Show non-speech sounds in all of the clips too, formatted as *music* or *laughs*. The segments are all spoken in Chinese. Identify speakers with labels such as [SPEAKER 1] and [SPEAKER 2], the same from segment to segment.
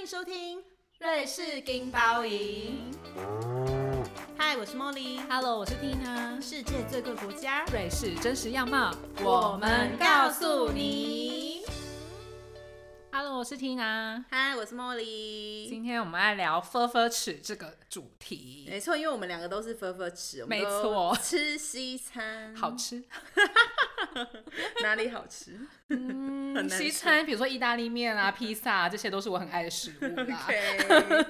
[SPEAKER 1] 迎收听《
[SPEAKER 2] 瑞士金包银
[SPEAKER 1] 嗨，我是茉莉》。
[SPEAKER 2] ，Hello，我是 Tina，
[SPEAKER 1] 世界最贵国家，
[SPEAKER 2] 瑞士真实样貌，
[SPEAKER 1] 我们告诉你。
[SPEAKER 2] Hello，我是 Tina，
[SPEAKER 1] 嗨，我是茉莉。
[SPEAKER 2] 今天我们来聊 f 分尺这个主题，
[SPEAKER 1] 没错，因为我们两个都是分分吃，我们
[SPEAKER 2] 没
[SPEAKER 1] 都
[SPEAKER 2] 错
[SPEAKER 1] 吃西餐，
[SPEAKER 2] 好吃，
[SPEAKER 1] 哪里好 *laughs* 吃？
[SPEAKER 2] 嗯，
[SPEAKER 1] 难吃
[SPEAKER 2] 西餐，比如说意大利
[SPEAKER 1] *laughs*
[SPEAKER 2] 面啊、披萨、啊，这些都是我很爱的食物
[SPEAKER 1] 啊
[SPEAKER 2] 啦。
[SPEAKER 1] OK，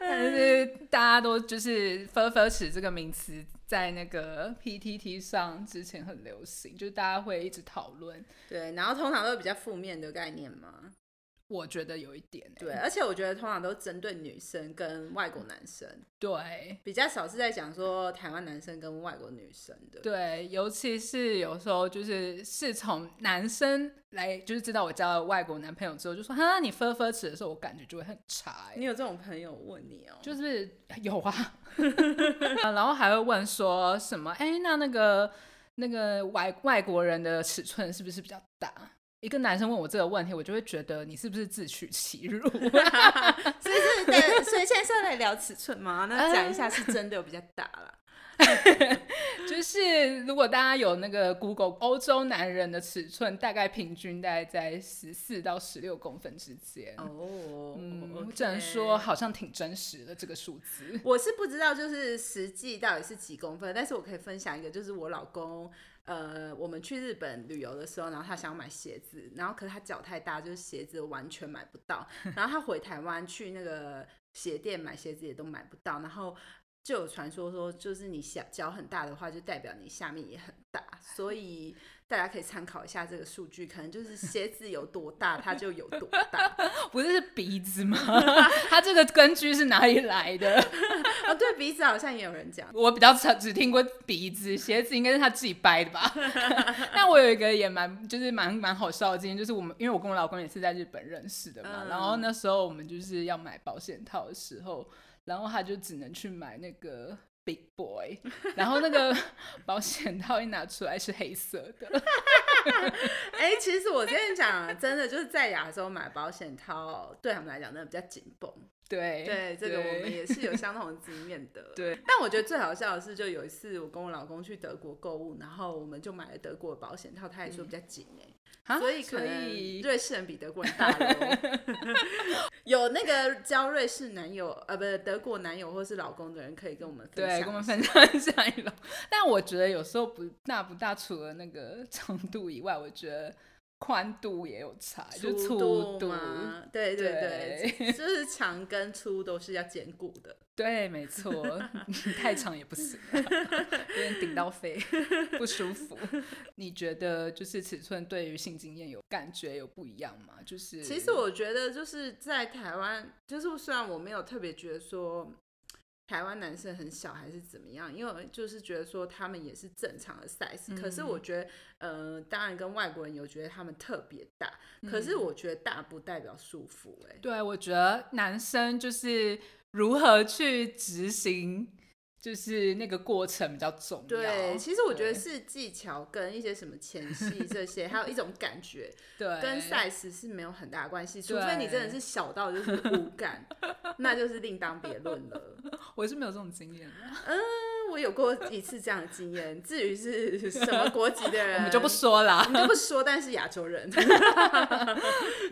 [SPEAKER 2] 但是大家都就是“ f 分尺”这个名词在那个 PTT 上之前很流行，就是大家会一直讨论。
[SPEAKER 1] *laughs* 对，然后通常都是比较负面的概念嘛。
[SPEAKER 2] 我觉得有一点、欸，
[SPEAKER 1] 对，啊而且我觉得通常都针对女生跟外国男生，
[SPEAKER 2] 对
[SPEAKER 1] 比较少是在讲说台湾男生跟外国女生的。
[SPEAKER 2] 对，尤其是有时候就是是从男生来，就是知道我交了外国男朋友之后，就说哈你 f 分尺的时候，我感觉就会很差、欸
[SPEAKER 1] 你。有这种朋友问你哦、
[SPEAKER 2] 就是有啊， *laughs* 然后还会问说什么？哎，那那个那个外外国人的尺寸是不是比较大？一个男生问我这个问题，我就会觉得你是不是自取其辱？啊
[SPEAKER 1] 所以是 *laughs* 对，所以现在是要来聊尺寸嘛？那讲一下是真的有比较大
[SPEAKER 2] *laughs*
[SPEAKER 1] 啦。
[SPEAKER 2] *laughs* 就是如果大家有那个 Google 欧洲男人的尺寸，大概平均大概在十四到十六公分之间。
[SPEAKER 1] 哦，
[SPEAKER 2] 嗯，
[SPEAKER 1] OK
[SPEAKER 2] 我只能说好像挺真实的这个数字。
[SPEAKER 1] 我是不知道，就是实际到底是几公分，但是我可以分享一个，就是我老公，呃，我们去日本旅游的时候，然后他想买鞋子，然后可是他脚太大，就是鞋子完全买不到，然后他回台湾去那个鞋店买鞋子也都买不到，然后。就有传说说，就是你下脚很大的话，就代表你下面也很大，所以大家可以参考一下这个数据，可能就是鞋子有多大，它就有多大。
[SPEAKER 2] *laughs* 不是是鼻子吗？ *laughs* 他这个根据是哪里来的？ *laughs*
[SPEAKER 1] 哦，对，鼻子好像也有人讲，
[SPEAKER 2] 我比较只只听过鼻子，鞋子应该是他自己掰的吧。 *laughs* 但我有一个也蛮就是蛮蛮好笑的经验，就是我们因为我跟我老公也是在日本认识的嘛，
[SPEAKER 1] 嗯
[SPEAKER 2] 然后那时候我们就是要买保险套的时候，然后他就只能去买那个。Big *laughs* boy，然后那个保险套一拿出来是黑色的，
[SPEAKER 1] 哎、其实我跟你讲，啊真的就是在亚洲买保险套，对他们来讲真的比较紧绷。
[SPEAKER 2] 哎对
[SPEAKER 1] 对，这个我们也是有相同的经验的。
[SPEAKER 2] *laughs* 对，
[SPEAKER 1] 但我觉得最好笑的是，就有一次我跟我老公去德国购物，然后我们就买了德国的保险套，他也说比较紧哎、
[SPEAKER 2] 嗯啊
[SPEAKER 1] 所以可
[SPEAKER 2] 所
[SPEAKER 1] 能
[SPEAKER 2] 以
[SPEAKER 1] 瑞士人比德国人大喽。 *laughs* 有那个交瑞士男友，呃，不是德国男友或是老公的人，可以跟我们分享。
[SPEAKER 2] 对，跟我们分享一下一楼。但我觉得有时候不大不大，除了那个 *laughs* 长度以外，我觉得宽度也有差，就粗
[SPEAKER 1] 度嘛，对对对，就是长跟粗都是要兼顾的。
[SPEAKER 2] 对，没错，太长也不行，有点顶到肺，不舒服。你觉得就是尺寸对于性经验有感觉有不一样吗？就是
[SPEAKER 1] 其实我觉得就是在台湾，就是虽然我没有特别觉得说台湾男生很小还是怎么样，因为我就是觉得说他们也是正常的 size、可是
[SPEAKER 2] 嗯
[SPEAKER 1] 我觉得，呃，当然跟外国人有觉得他们特别大，可是我觉得大不代表舒服、欸，哎、
[SPEAKER 2] 嗯对，我觉得男生就是如何去执行，就是那个过程比较重要。
[SPEAKER 1] 对，其实我觉得
[SPEAKER 2] 对
[SPEAKER 1] 是技巧跟一些什么前戏
[SPEAKER 2] *laughs*
[SPEAKER 1] 这些，还有一种感觉，
[SPEAKER 2] 对
[SPEAKER 1] 跟 size 是没有很大的关系，除
[SPEAKER 2] 对
[SPEAKER 1] 非你真的是小到就是无
[SPEAKER 2] *laughs*
[SPEAKER 1] 感，那就是另当别论了。
[SPEAKER 2] 我是没有这种经验的，
[SPEAKER 1] 我有过一次这样的经验，至于是什么国籍的人，
[SPEAKER 2] *laughs* 我们就不，说啦
[SPEAKER 1] 我。们就不说，但是亚洲
[SPEAKER 2] *laughs*
[SPEAKER 1] 人，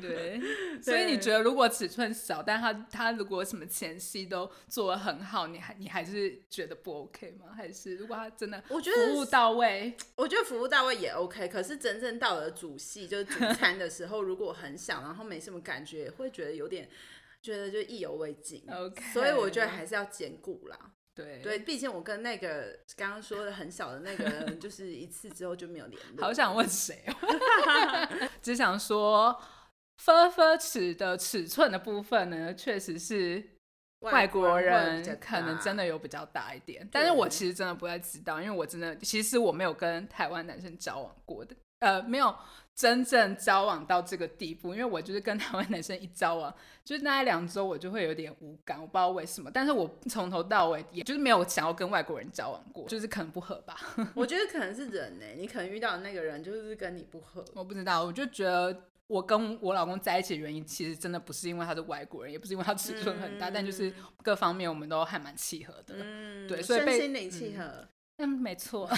[SPEAKER 2] 对，所以你觉得如果尺寸小，但他他如果什么前戏都做得很好，你还你还是觉得不 OK 吗？还是如果他真的
[SPEAKER 1] 我觉
[SPEAKER 2] 服务
[SPEAKER 1] 得
[SPEAKER 2] 到位，
[SPEAKER 1] 我觉得服务到位也 OK，可是真正到了主戏就是主餐的时候，如果很小，然后没什么感觉，会觉得有点。觉得就意犹未尽
[SPEAKER 2] OK
[SPEAKER 1] 所以我觉得还是要兼顾啦。
[SPEAKER 2] 对
[SPEAKER 1] 对，毕竟我跟那个刚刚说的很小的那个人，就是一次之后就没有联络。
[SPEAKER 2] 好想问谁哦，只想说。分分尺的尺寸的部分呢，确实是外国人可能真
[SPEAKER 1] 的
[SPEAKER 2] 的有比较大一点，但是我其实真的不太知道，因为我真的其实我没有跟台湾男生交往过的，呃，没有真正交往到这个地步，因为我就是跟 *laughs* 台湾男生一交往，就是大概两周我就会有点无感，我不知道为什么，但是我从头到尾也就是没有想要跟外国人交往过，就是可能不合吧， *laughs*
[SPEAKER 1] 欸我觉得可能是人呢、你可能遇到的那个人就是跟你不合，
[SPEAKER 2] 我不知道，我就觉得我跟我老公在一起的原因，其实真的不是因为他是外国人，也不是因为他尺寸很大，但就是各方面我们都还蛮契合的。
[SPEAKER 1] 嗯，
[SPEAKER 2] 对所以
[SPEAKER 1] 身
[SPEAKER 2] 被
[SPEAKER 1] 心灵契合，
[SPEAKER 2] 嗯，
[SPEAKER 1] *laughs*
[SPEAKER 2] 没错。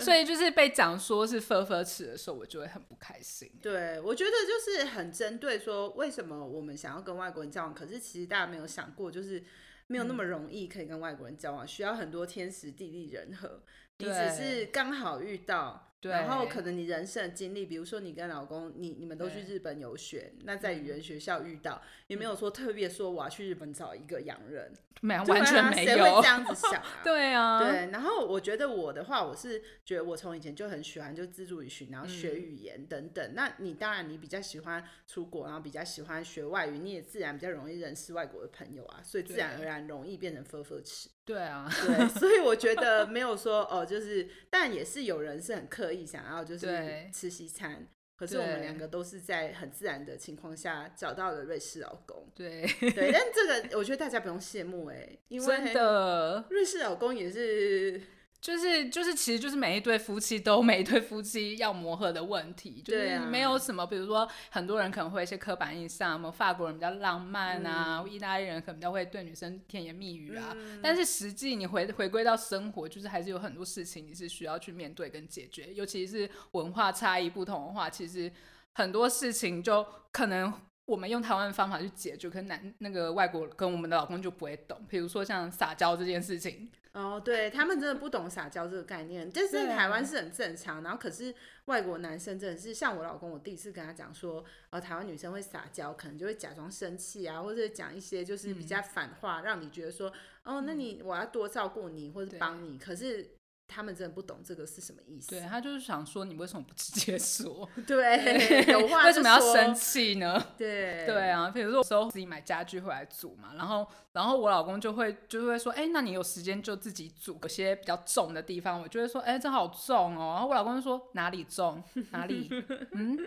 [SPEAKER 2] 所以就是被讲说是 f 分尺的时候，我就会很不开心。
[SPEAKER 1] 对我觉得就是很针对说，为什么我们想要跟外国人交往，可是其实大家没有想过，就是没有那么
[SPEAKER 2] 嗯
[SPEAKER 1] 容易可以跟外国人交往，需要很多天时地利人和，你只
[SPEAKER 2] 对
[SPEAKER 1] 是刚好遇到。
[SPEAKER 2] 对
[SPEAKER 1] 然后可能你人生的经历，比如说你跟老公，你你们都去
[SPEAKER 2] 对嗯
[SPEAKER 1] 日本游学，那在语言学校遇到，也没有说特别说我要去日本找一个洋人，
[SPEAKER 2] 没，
[SPEAKER 1] 对
[SPEAKER 2] 完
[SPEAKER 1] 啊
[SPEAKER 2] 全没
[SPEAKER 1] 谁会
[SPEAKER 2] 有
[SPEAKER 1] 这。样子想啊？
[SPEAKER 2] *laughs* 对啊，
[SPEAKER 1] 对，然后我觉得我的话，我是觉得我从以前就很喜欢就自助旅行，然后
[SPEAKER 2] 嗯
[SPEAKER 1] 学语言等等。那你当然你比较喜欢出国，然后比较喜欢学外语，你也自然比较容易认识外国的朋友啊，所以自然而
[SPEAKER 2] 对
[SPEAKER 1] 然容易变成 f 分吃。 *laughs*
[SPEAKER 2] 对啊，
[SPEAKER 1] 对，所以我觉得没有说哦，就是，但也是有人是很刻意想要就是
[SPEAKER 2] 对
[SPEAKER 1] 吃西餐，可是我们
[SPEAKER 2] 对
[SPEAKER 1] 两个都是在很自然的情况下找到了瑞士老公。 *laughs*
[SPEAKER 2] 对，
[SPEAKER 1] 对，但这个我觉得大家不用羡慕哎、因为
[SPEAKER 2] 真的。
[SPEAKER 1] 瑞士老公也是。
[SPEAKER 2] 就是就是，其实就是每一对夫妻都有每一对夫妻要磨合的问题，就
[SPEAKER 1] 对
[SPEAKER 2] 是
[SPEAKER 1] 啊
[SPEAKER 2] 没有什么，比如说很多人可能会有一些刻板印象，什么法国人比较浪漫啊，
[SPEAKER 1] 嗯
[SPEAKER 2] 意大利人可能比较会对女生甜言蜜语啊，但是实际你回回归到生活，就是还是有很多事情你是需要去面对跟解决，尤其是文化差异不同的话，其实很多事情就可能我们用台湾的方法去解决，可能男那个外国跟我们的老公就不会懂，比如说像撒娇这件事情，
[SPEAKER 1] 哦，对他们真的不懂撒娇这个概念，但是
[SPEAKER 2] 对啊
[SPEAKER 1] 台湾是很正常。然后可是外国男生真的是，像我老公，我第一次跟他讲说，呃，台湾女生会撒娇，可能就会假装生气啊，或者讲一些就是
[SPEAKER 2] 嗯
[SPEAKER 1] 比较反话，让你觉得说，哦，那你我要多照顾你或者
[SPEAKER 2] 对
[SPEAKER 1] 帮你。可是他们真的不懂这个是什么意思
[SPEAKER 2] 对。他就是想说，你为什么不直
[SPEAKER 1] *laughs*
[SPEAKER 2] 接说？
[SPEAKER 1] 对，
[SPEAKER 2] *laughs*
[SPEAKER 1] 有话
[SPEAKER 2] 为
[SPEAKER 1] 就
[SPEAKER 2] 什么要
[SPEAKER 1] 说
[SPEAKER 2] 生？气呢？
[SPEAKER 1] 对
[SPEAKER 2] 对啊，比如说有时候自己买家具回来煮嘛，然后然后我老公就会就会说，哎、那你有时间就自己煮。有些比较重的地方，我就会说，哎、这好重哦。然后我老公就说哪里重哪里，嗯，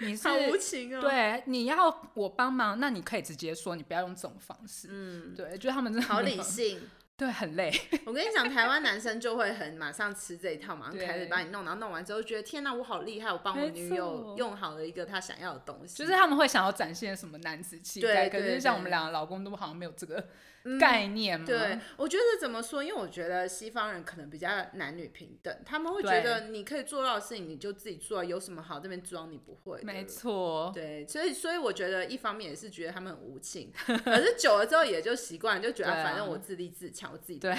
[SPEAKER 2] 你是
[SPEAKER 1] 好无情哦。，
[SPEAKER 2] 对你要我帮忙，那你可以直接说，你不要用这种方式。
[SPEAKER 1] 嗯，
[SPEAKER 2] 对，就他们真的
[SPEAKER 1] 好
[SPEAKER 2] 没
[SPEAKER 1] 理
[SPEAKER 2] 有，
[SPEAKER 1] 性。
[SPEAKER 2] 对，
[SPEAKER 1] *laughs*
[SPEAKER 2] 很累。
[SPEAKER 1] 我跟你讲，台湾男生就会很马上吃这一套，马上开始
[SPEAKER 2] 对
[SPEAKER 1] 把你弄，然后弄完之后觉得天哪、我好厉害，我帮我
[SPEAKER 2] 没
[SPEAKER 1] 女
[SPEAKER 2] 错
[SPEAKER 1] 友用好了一个她想要的东西，
[SPEAKER 2] 就是他们会想要展现什么男子气
[SPEAKER 1] 对
[SPEAKER 2] 概，可
[SPEAKER 1] 对
[SPEAKER 2] 是像
[SPEAKER 1] 对
[SPEAKER 2] 我们两个老公都好像没有这个
[SPEAKER 1] 嗯
[SPEAKER 2] 概念嘛。
[SPEAKER 1] 对，我觉得怎么说？因为我觉得西方人可能比较男女平等，他们会觉
[SPEAKER 2] 对
[SPEAKER 1] 得你可以做到的事情你就自己做，有什么好这边装你不会？
[SPEAKER 2] 没。错，
[SPEAKER 1] 对，所以所以我觉得一方面也是觉得他们很无情，可是久了之后也就习惯，就觉得
[SPEAKER 2] 对啊
[SPEAKER 1] 反正我自立自强，我自己
[SPEAKER 2] 对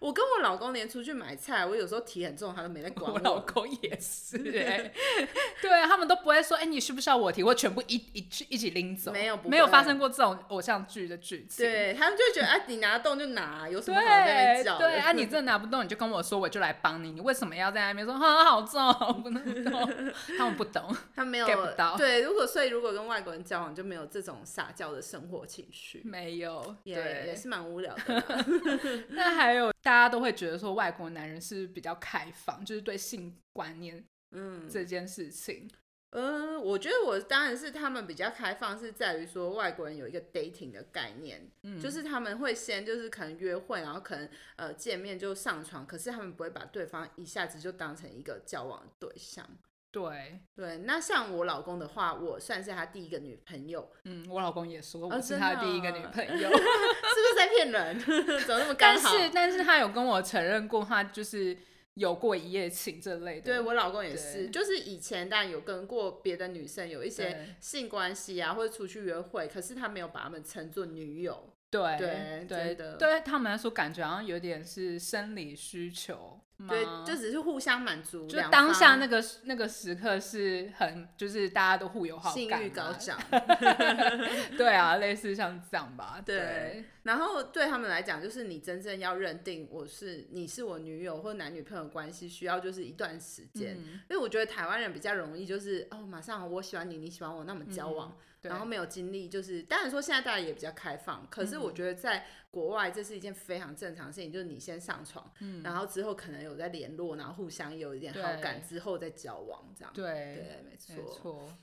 [SPEAKER 1] 我跟我老公连出去买菜，我有时候提很重，他都没在 *laughs* 管
[SPEAKER 2] 我老公也是、欸， *laughs* 对啊，他们都不会说，哎、你需不需要我提？我全部一一去一起拎走，
[SPEAKER 1] 没有不
[SPEAKER 2] 没有
[SPEAKER 1] 会
[SPEAKER 2] 发生过这种偶像剧的剧情。
[SPEAKER 1] 对他们就觉得，哎、你拿得动就拿，有什么好在那
[SPEAKER 2] 对
[SPEAKER 1] 边叫的？
[SPEAKER 2] 对
[SPEAKER 1] *laughs*
[SPEAKER 2] 啊，你真的拿不动，你就跟我说，我就来帮你。你为什么要在那边说啊好重，我不能动？他们不懂，
[SPEAKER 1] 他没有
[SPEAKER 2] get 不到
[SPEAKER 1] 对，如果所以如果跟外国人交往就没有这种撒娇的生活情绪，
[SPEAKER 2] 没有。
[SPEAKER 1] 也也
[SPEAKER 2] 对，
[SPEAKER 1] 是蛮无聊的啦。
[SPEAKER 2] 那还有大家都会觉得说，外国男人是比较开放，就是对性观念
[SPEAKER 1] *laughs* 嗯
[SPEAKER 2] 这件事情。
[SPEAKER 1] 嗯，我觉得我当然是他们比较开放，是在于说外国人有一个 dating 的概念，
[SPEAKER 2] 嗯
[SPEAKER 1] 就是他们会先就是可能约会，然后可能呃见面就上床，可是他们不会把对方一下子就当成一个交往的对象。
[SPEAKER 2] 对，
[SPEAKER 1] 对，那像我老公的话，我算是他第一个女朋友，
[SPEAKER 2] 嗯，我老公也说
[SPEAKER 1] 哦
[SPEAKER 2] 我是
[SPEAKER 1] 真
[SPEAKER 2] 他
[SPEAKER 1] 的
[SPEAKER 2] 的啊第一个
[SPEAKER 1] 哦
[SPEAKER 2] 女朋 *laughs* 友。
[SPEAKER 1] *laughs* 是不是在骗人？怎么那么刚
[SPEAKER 2] 但
[SPEAKER 1] 好？
[SPEAKER 2] 是但是他有跟我承认过，他就是有过一夜情这类的。
[SPEAKER 1] 对我老公也是，
[SPEAKER 2] 对
[SPEAKER 1] 就是以前但有跟过别的女生有一些
[SPEAKER 2] 对
[SPEAKER 1] 性关系啊，或者出去约会，可是他没有把她们称作女友。
[SPEAKER 2] 对
[SPEAKER 1] 对真
[SPEAKER 2] 对
[SPEAKER 1] 的
[SPEAKER 2] 对他们来说，感觉好像有点是生理需求吗
[SPEAKER 1] 对，就只是互相满足，
[SPEAKER 2] 就
[SPEAKER 1] 两
[SPEAKER 2] 当下
[SPEAKER 1] 方
[SPEAKER 2] 那个那个时刻是很，就是大家都互有好
[SPEAKER 1] 性
[SPEAKER 2] 感
[SPEAKER 1] 欲
[SPEAKER 2] 嘛
[SPEAKER 1] 高
[SPEAKER 2] *laughs*
[SPEAKER 1] 涨。
[SPEAKER 2] 对啊，类似像这样吧。
[SPEAKER 1] 对
[SPEAKER 2] 对
[SPEAKER 1] 然后对他们来讲，就是你真正要认定我是你是我女友或男女朋友关系，需要就是一段时间。
[SPEAKER 2] 嗯
[SPEAKER 1] 因为我觉得台湾人比较容易就是哦，马上我喜欢你，你喜欢我，那我们交往。
[SPEAKER 2] 对
[SPEAKER 1] 然后没有经历，就是当然说现在大家也比较开放，可是我
[SPEAKER 2] 嗯
[SPEAKER 1] 觉得在国外这是一件非常正常的事情，就是你先上床，
[SPEAKER 2] 嗯
[SPEAKER 1] 然后之后可能有在联络，然后互相有一点好感
[SPEAKER 2] 对
[SPEAKER 1] 之后再交往这样。
[SPEAKER 2] 对
[SPEAKER 1] 对，没错，
[SPEAKER 2] 没错。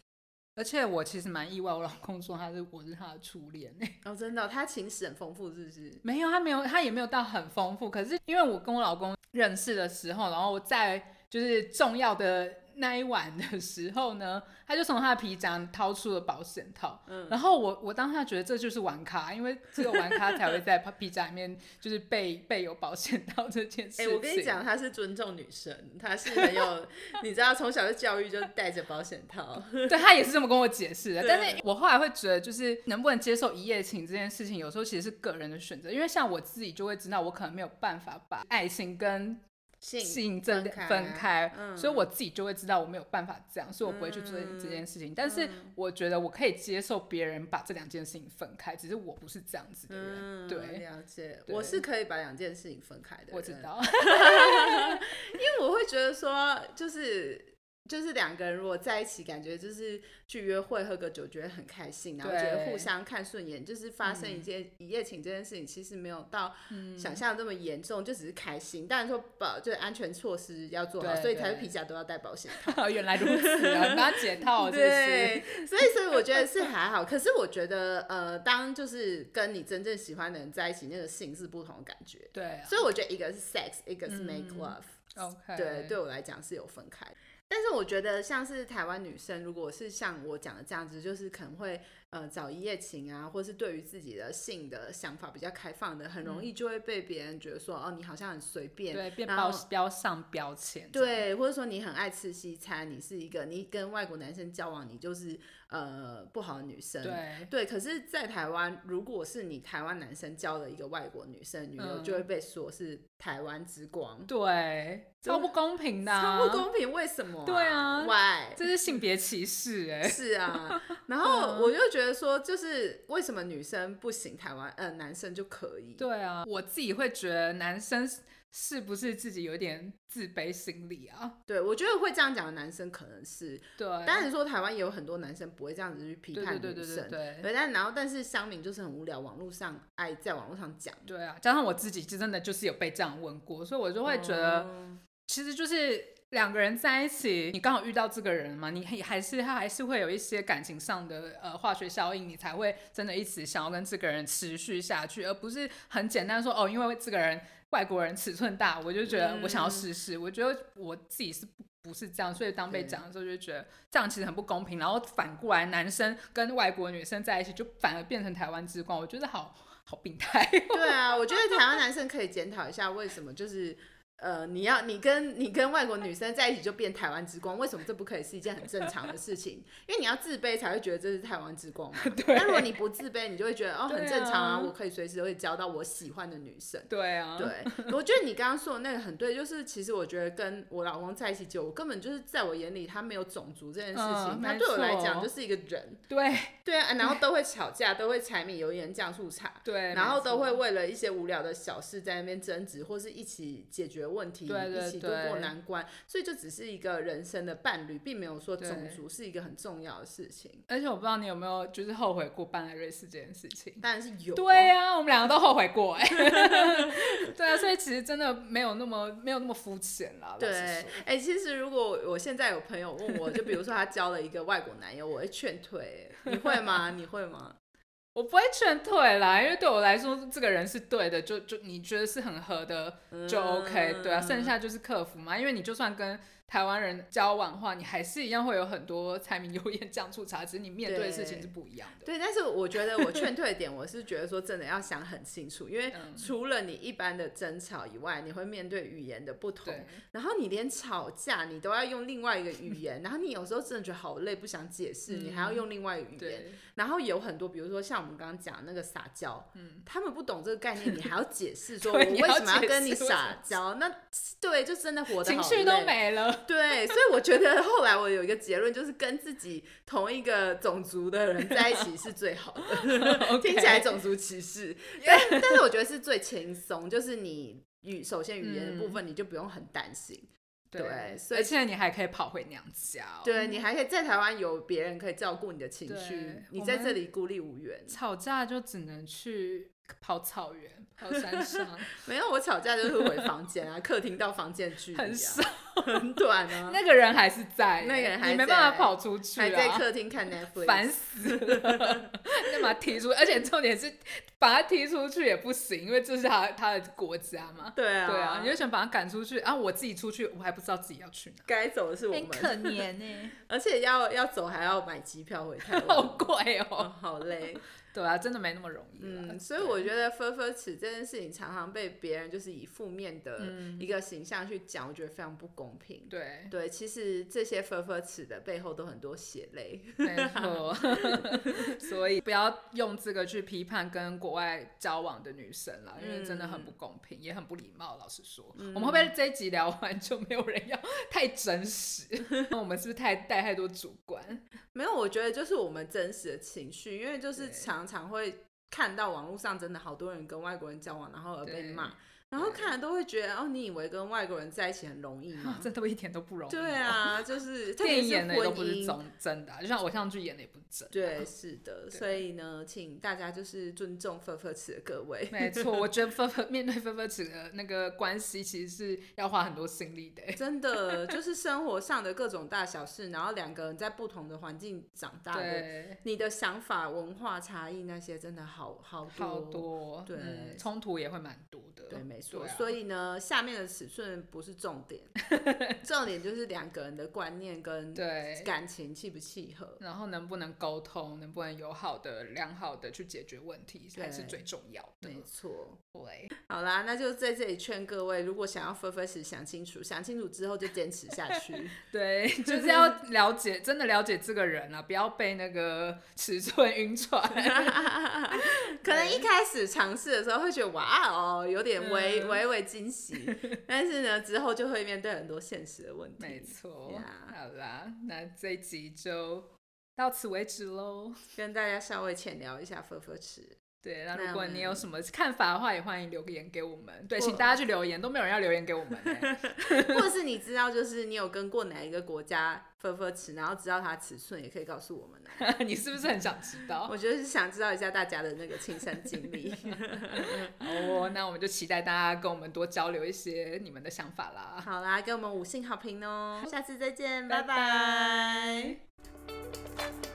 [SPEAKER 2] 而且我其实蛮意外，我老公说他是我是他的初恋、欸
[SPEAKER 1] 哦，真的哦、他情史很丰富，是不是？
[SPEAKER 2] 没有，他没有，他也没有到很丰富。可是因为我跟我老公认识的时候，然后我在就是重要的那一晚的时候呢，他就从他的皮夹掏出了保险套，
[SPEAKER 1] 嗯
[SPEAKER 2] 然后我我当下觉得这就是玩咖，因为只有玩咖才会在皮夹里面就是备备有保险套这件事
[SPEAKER 1] 哎、
[SPEAKER 2] 情。
[SPEAKER 1] 我跟你，讲，他是尊重女生，他是很有，你知道从小就教育就带着保险
[SPEAKER 2] *laughs*
[SPEAKER 1] 套，
[SPEAKER 2] *laughs* 对他也是这么跟我解释的，
[SPEAKER 1] 对
[SPEAKER 2] 但是我后来会觉得，就是能不能接受一夜情这件事情，有时候其实是个人的选择，因为像我自己就会知道，我可能没有办法把爱情跟
[SPEAKER 1] 性
[SPEAKER 2] 性这
[SPEAKER 1] 分开
[SPEAKER 2] 分开，
[SPEAKER 1] 嗯
[SPEAKER 2] 所以我自己就会知道我没有办法这样，所以我不会去做
[SPEAKER 1] 嗯
[SPEAKER 2] 这件事情。但是我觉得我可以接受别人把这两件事情分开，只是我不是这样子的人。
[SPEAKER 1] 嗯，
[SPEAKER 2] 对
[SPEAKER 1] 了解，
[SPEAKER 2] 对
[SPEAKER 1] 我是可以把两件事情分开的人，
[SPEAKER 2] 我知道， *laughs*
[SPEAKER 1] *laughs* 因为我会觉得说，就是就是两个人如果在一起，感觉就是去约会喝个酒，觉得很开心，然后觉得
[SPEAKER 2] 对
[SPEAKER 1] 互相看顺眼，就是发生一
[SPEAKER 2] 嗯
[SPEAKER 1] 件、一夜情这件事情，其实没有到想象这么严重，就只是开心。当然说保就是安全措施要做好，
[SPEAKER 2] 对
[SPEAKER 1] 所以才会
[SPEAKER 2] 对
[SPEAKER 1] 皮夹都要带保险套。
[SPEAKER 2] *laughs* 原来如此啊！你要解套是不是？
[SPEAKER 1] 对，所以所以我觉得是还好，可是我觉得呃，当就是跟你真正喜欢的人在一起，那个性是不同的感觉。
[SPEAKER 2] 对啊
[SPEAKER 1] 所以我觉得一个是 sex，一个是
[SPEAKER 2] 嗯
[SPEAKER 1] make love。
[SPEAKER 2] ，OK，
[SPEAKER 1] 对，对我来讲是有分开的。但是我觉得，像是台湾女生，如果是像我讲的这样子，就是可能会呃找一夜情啊，或是对于自己的性的想法比较开放的，很容易就会被别人觉得说，哦，你好像很随便，
[SPEAKER 2] 嗯对，变
[SPEAKER 1] 然
[SPEAKER 2] 标
[SPEAKER 1] 后
[SPEAKER 2] 标上标签。
[SPEAKER 1] 对，或者说你很爱吃西餐，你是一个你跟外国男生交往，你就是呃不好的女生。
[SPEAKER 2] 对，
[SPEAKER 1] 对，可是，在台湾，如果是你台湾男生交了一个外国女生女友，
[SPEAKER 2] 嗯
[SPEAKER 1] 就会被说是台湾之光，
[SPEAKER 2] 对，超不公平的、啊，
[SPEAKER 1] 超不公平。为什么、
[SPEAKER 2] 对啊
[SPEAKER 1] ，Why？
[SPEAKER 2] *laughs* 这是性别歧视哎、
[SPEAKER 1] 是啊，然后
[SPEAKER 2] 嗯
[SPEAKER 1] 我就觉得说，就是为什么女生不行，台湾呃男生就可以？
[SPEAKER 2] 对啊，我自己会觉得男生是是不是自己有点自卑心理啊？
[SPEAKER 1] 对，我觉得会这样讲的男生可能是，
[SPEAKER 2] 对，
[SPEAKER 1] 当然说台湾也有很多男生不会这样子去批
[SPEAKER 2] 对
[SPEAKER 1] 判
[SPEAKER 2] 对
[SPEAKER 1] 女生，
[SPEAKER 2] 对对对对
[SPEAKER 1] 对，但然后但是乡民就是很无聊，网络上爱在网络上讲，
[SPEAKER 2] 对啊！加上我自己就真的就是有被这样问过，所以我就会觉得，
[SPEAKER 1] 哦
[SPEAKER 2] 其实就是两个人在一起，你刚好遇到这个人嘛，你还还是他还是会有一些感情上的呃化学效应，你才会真的一直想要跟这个人持续下去，而不是很简单说哦，因为这个人外国人尺寸大，我就觉得我想要试试。我觉得我自己是不不是这样，所以当
[SPEAKER 1] 嗯
[SPEAKER 2] 被
[SPEAKER 1] 对
[SPEAKER 2] 讲的时候就觉得这样其实很不公平。然后反过来，男生跟外国女生在一起，就反而变成台湾之光，我觉得好好病态。 *laughs*
[SPEAKER 1] *laughs* 对啊，我觉得台湾男生可以检讨一下，为什么就是。呃，你要你跟你跟外国女生在一起就变台湾之光，为什么这不可以是一件很正常的事情？因为你要自卑才会觉得这是台湾之光嘛。
[SPEAKER 2] *laughs* 对
[SPEAKER 1] 那如果你不自卑，你就会觉得哦
[SPEAKER 2] 对啊
[SPEAKER 1] 很正常啊，我可以随时会交到我喜欢的女生。
[SPEAKER 2] 对啊，
[SPEAKER 1] 对，我觉得你刚刚说的那个很对，就是其实我觉得跟我老公在一起久，我根本就是在我眼里他没有种族这件事情，
[SPEAKER 2] 嗯
[SPEAKER 1] 他
[SPEAKER 2] 没
[SPEAKER 1] 对我来
[SPEAKER 2] 错
[SPEAKER 1] 讲就是一个人。
[SPEAKER 2] 对
[SPEAKER 1] 对啊，然后都会吵架，都会柴米油盐酱醋茶。
[SPEAKER 2] 对，
[SPEAKER 1] 然后
[SPEAKER 2] 没错
[SPEAKER 1] 都会为了一些无聊的小事在那边争执，或是一起解决问题，
[SPEAKER 2] 对对
[SPEAKER 1] 一起度过
[SPEAKER 2] 对
[SPEAKER 1] 难关。所以就只是一个人生的伴侣，并没有说
[SPEAKER 2] 对
[SPEAKER 1] 种族是一个很重要的事情。
[SPEAKER 2] 而且我不知道你有没有就是后悔过搬来瑞士这件事情。
[SPEAKER 1] 当然是有、
[SPEAKER 2] 对、啊，我们两个都后悔过
[SPEAKER 1] *laughs*
[SPEAKER 2] 哎、对啊，所以其实真的没有那么没有那么肤浅啦。老
[SPEAKER 1] 对，
[SPEAKER 2] 实
[SPEAKER 1] 哎
[SPEAKER 2] 说、
[SPEAKER 1] 其实如果我现在有朋友问我，就比如说他交了一个外国男友，我会劝退。欸你会吗？你会吗？ *laughs*
[SPEAKER 2] 我不会劝退啦，因为对我来说，这个人是对的，就就你觉得是很合的
[SPEAKER 1] 嗯
[SPEAKER 2] 就 OK，、对啊，剩下就是克服嘛。因为你就算跟台湾人交往的话，你还是一样会有很多柴米油盐酱醋茶，只是你面对的事情是不一样的。
[SPEAKER 1] 对，但是我觉得我劝退的点，我是觉得说真的要想很清楚，因为
[SPEAKER 2] 嗯
[SPEAKER 1] 除了你一般的争吵以外，你会面对语言的不同
[SPEAKER 2] 对，
[SPEAKER 1] 然后你连吵架你都要用另外一个语
[SPEAKER 2] *laughs*
[SPEAKER 1] 言，然后你有时候真的觉得好累，不想解释，你还要用另外一个语言，
[SPEAKER 2] 嗯对
[SPEAKER 1] 然后有很多，比如说像我们刚刚讲的那个撒娇，他们不懂这个概念，你还要解释
[SPEAKER 2] *laughs*
[SPEAKER 1] 说我
[SPEAKER 2] 对
[SPEAKER 1] 为
[SPEAKER 2] 嗯你要
[SPEAKER 1] 什么要
[SPEAKER 2] 解
[SPEAKER 1] 跟
[SPEAKER 2] 释
[SPEAKER 1] 你
[SPEAKER 2] 为什
[SPEAKER 1] 撒
[SPEAKER 2] 么
[SPEAKER 1] 娇，那 *laughs* 对，就真的活得
[SPEAKER 2] 情
[SPEAKER 1] 好
[SPEAKER 2] 绪都
[SPEAKER 1] 累
[SPEAKER 2] 没了。
[SPEAKER 1] 对，所以我觉得后来我有一个结论，就是跟自己同一个种族的人在一起是最好
[SPEAKER 2] *laughs*
[SPEAKER 1] 的。 *laughs* 听起来种族歧视，但但 *laughs* 是我觉得是最轻松，就是你语首先语言的部
[SPEAKER 2] 嗯
[SPEAKER 1] 分你就不用很担心，对所以
[SPEAKER 2] 而且你还可以跑回娘家、哦。
[SPEAKER 1] 对你还可以在台湾有别人可以照顾你的情绪
[SPEAKER 2] 对，
[SPEAKER 1] 你
[SPEAKER 2] 我
[SPEAKER 1] 在
[SPEAKER 2] 们
[SPEAKER 1] 这里孤立无援。
[SPEAKER 2] 吵架就只能去跑草原、跑山 *laughs* 上，
[SPEAKER 1] 没有，我吵架就是回房间啊， *laughs* 客厅到房间距离、啊、
[SPEAKER 2] 很少。
[SPEAKER 1] 很短啊，
[SPEAKER 2] 那个人还是在，欸
[SPEAKER 1] 那个人还
[SPEAKER 2] 你没
[SPEAKER 1] 在
[SPEAKER 2] 办法跑出去
[SPEAKER 1] 还在
[SPEAKER 2] 啊，
[SPEAKER 1] 客厅看 Netflix，
[SPEAKER 2] 烦死了，干嘛踢出？而且重点是把他踢出去也不行，因为这是他他的国家嘛。
[SPEAKER 1] 对啊，
[SPEAKER 2] 对啊，你就想把他赶出去啊！我自己出去，我还不知道自己要去哪，
[SPEAKER 1] 该走的是我
[SPEAKER 2] 哎
[SPEAKER 1] 们，
[SPEAKER 2] 怜呢、
[SPEAKER 1] 而且要要走还要买机票回台湾，
[SPEAKER 2] *laughs* 好贵哦、
[SPEAKER 1] 哦好
[SPEAKER 2] *laughs*
[SPEAKER 1] 累。
[SPEAKER 2] 对啊，真的没那么容易啦。
[SPEAKER 1] 嗯，所以我觉得分分尺这件事情常常被别人就是以负面的
[SPEAKER 2] 嗯
[SPEAKER 1] 一个形象去讲，我觉得非常不公平。
[SPEAKER 2] 对，
[SPEAKER 1] 对，其实这些分分尺的背后都很多血泪。
[SPEAKER 2] 没错， *laughs* 所以不要用这个去批判跟国外交往的女生啦，因为真的很
[SPEAKER 1] 嗯
[SPEAKER 2] 不公平，也很不礼貌。老实说，我们会不会这一集聊完就没有人要？太真实，
[SPEAKER 1] *laughs*
[SPEAKER 2] 那我们是不是太带太多主观？
[SPEAKER 1] 没有，我觉得就是我们真实的情绪，因为就是
[SPEAKER 2] 对
[SPEAKER 1] 常常会看到网络上真的好多人跟外国人交往，然后而被
[SPEAKER 2] 对
[SPEAKER 1] 骂，然后看了都会觉得哦，你以为跟外国人在一起很容易
[SPEAKER 2] 啊 *laughs*
[SPEAKER 1] 吗？
[SPEAKER 2] 这都一点都不容
[SPEAKER 1] 嗯
[SPEAKER 2] 易。哦
[SPEAKER 1] 对，啊，就是特
[SPEAKER 2] *laughs* 电
[SPEAKER 1] 别
[SPEAKER 2] 影
[SPEAKER 1] 是
[SPEAKER 2] 演的也都
[SPEAKER 1] 婚
[SPEAKER 2] 不是
[SPEAKER 1] 姻，
[SPEAKER 2] 真真的啊、就像偶像剧演的也不是真的。啊
[SPEAKER 1] 对，是的，
[SPEAKER 2] 对
[SPEAKER 1] 所以呢，请大家就是尊重分分尺的各位。
[SPEAKER 2] *laughs* 没错，我觉得分分面对分分尺的那个关系，其实是要花很多心力的欸。
[SPEAKER 1] 真的就是生活上的各种大小事，然后两个人在不同的环境长 *laughs* 大的，
[SPEAKER 2] 对，
[SPEAKER 1] 你的想法、文化差异那些真的好好多。
[SPEAKER 2] 好多，
[SPEAKER 1] 对
[SPEAKER 2] 嗯冲突也会蛮多的。
[SPEAKER 1] 对，没错。
[SPEAKER 2] 对啊
[SPEAKER 1] 所以呢，下面的尺寸不是重
[SPEAKER 2] *laughs*
[SPEAKER 1] 点，重点就是两个人的观念跟
[SPEAKER 2] 对，
[SPEAKER 1] 感情契不契合。
[SPEAKER 2] 然后能不能沟通，能不能友好的、良好的去解决问题，才是
[SPEAKER 1] 对
[SPEAKER 2] 最重要的。
[SPEAKER 1] 没错，
[SPEAKER 2] 对，
[SPEAKER 1] 好啦，那就在这里劝各位，如果想要分分时想清楚，想清楚之后就坚持下
[SPEAKER 2] *laughs*
[SPEAKER 1] 去。
[SPEAKER 2] *laughs*
[SPEAKER 1] *laughs*
[SPEAKER 2] 对，就是要了解，真的了解这个人啊，不要被那个尺寸晕船。 *laughs*
[SPEAKER 1] 可能一开始尝试的时候会觉得哇哦，有点微
[SPEAKER 2] 嗯
[SPEAKER 1] 微微惊
[SPEAKER 2] *laughs*
[SPEAKER 1] 喜，但是呢，之后就会面对很多现实的问题。 *laughs*
[SPEAKER 2] 没错
[SPEAKER 1] Yeah
[SPEAKER 2] 好啦，那这一集就到此为止喽。
[SPEAKER 1] 跟大家稍微浅聊一下分分尺，
[SPEAKER 2] 对，那
[SPEAKER 1] 那
[SPEAKER 2] 如果
[SPEAKER 1] 我
[SPEAKER 2] 你
[SPEAKER 1] 们
[SPEAKER 2] 有什么看法的话，也欢迎留个言给我们。对，
[SPEAKER 1] 或
[SPEAKER 2] 请大家去留言，都没有人要留言给我们欸、
[SPEAKER 1] 或者是你知道，就是你有跟过哪一个国家分分尺，然后知道它尺寸，也可以告诉我们啊。
[SPEAKER 2] 欸 *laughs* 你是不是很想知道？
[SPEAKER 1] 我就是想知道一下大家的那个亲身经历。
[SPEAKER 2] 好哦，那我们就期待大家跟我们多交流一些你们的想法啦。
[SPEAKER 1] 好啦，给我们五星好评哦，下次再见，拜
[SPEAKER 2] 拜拜
[SPEAKER 1] 拜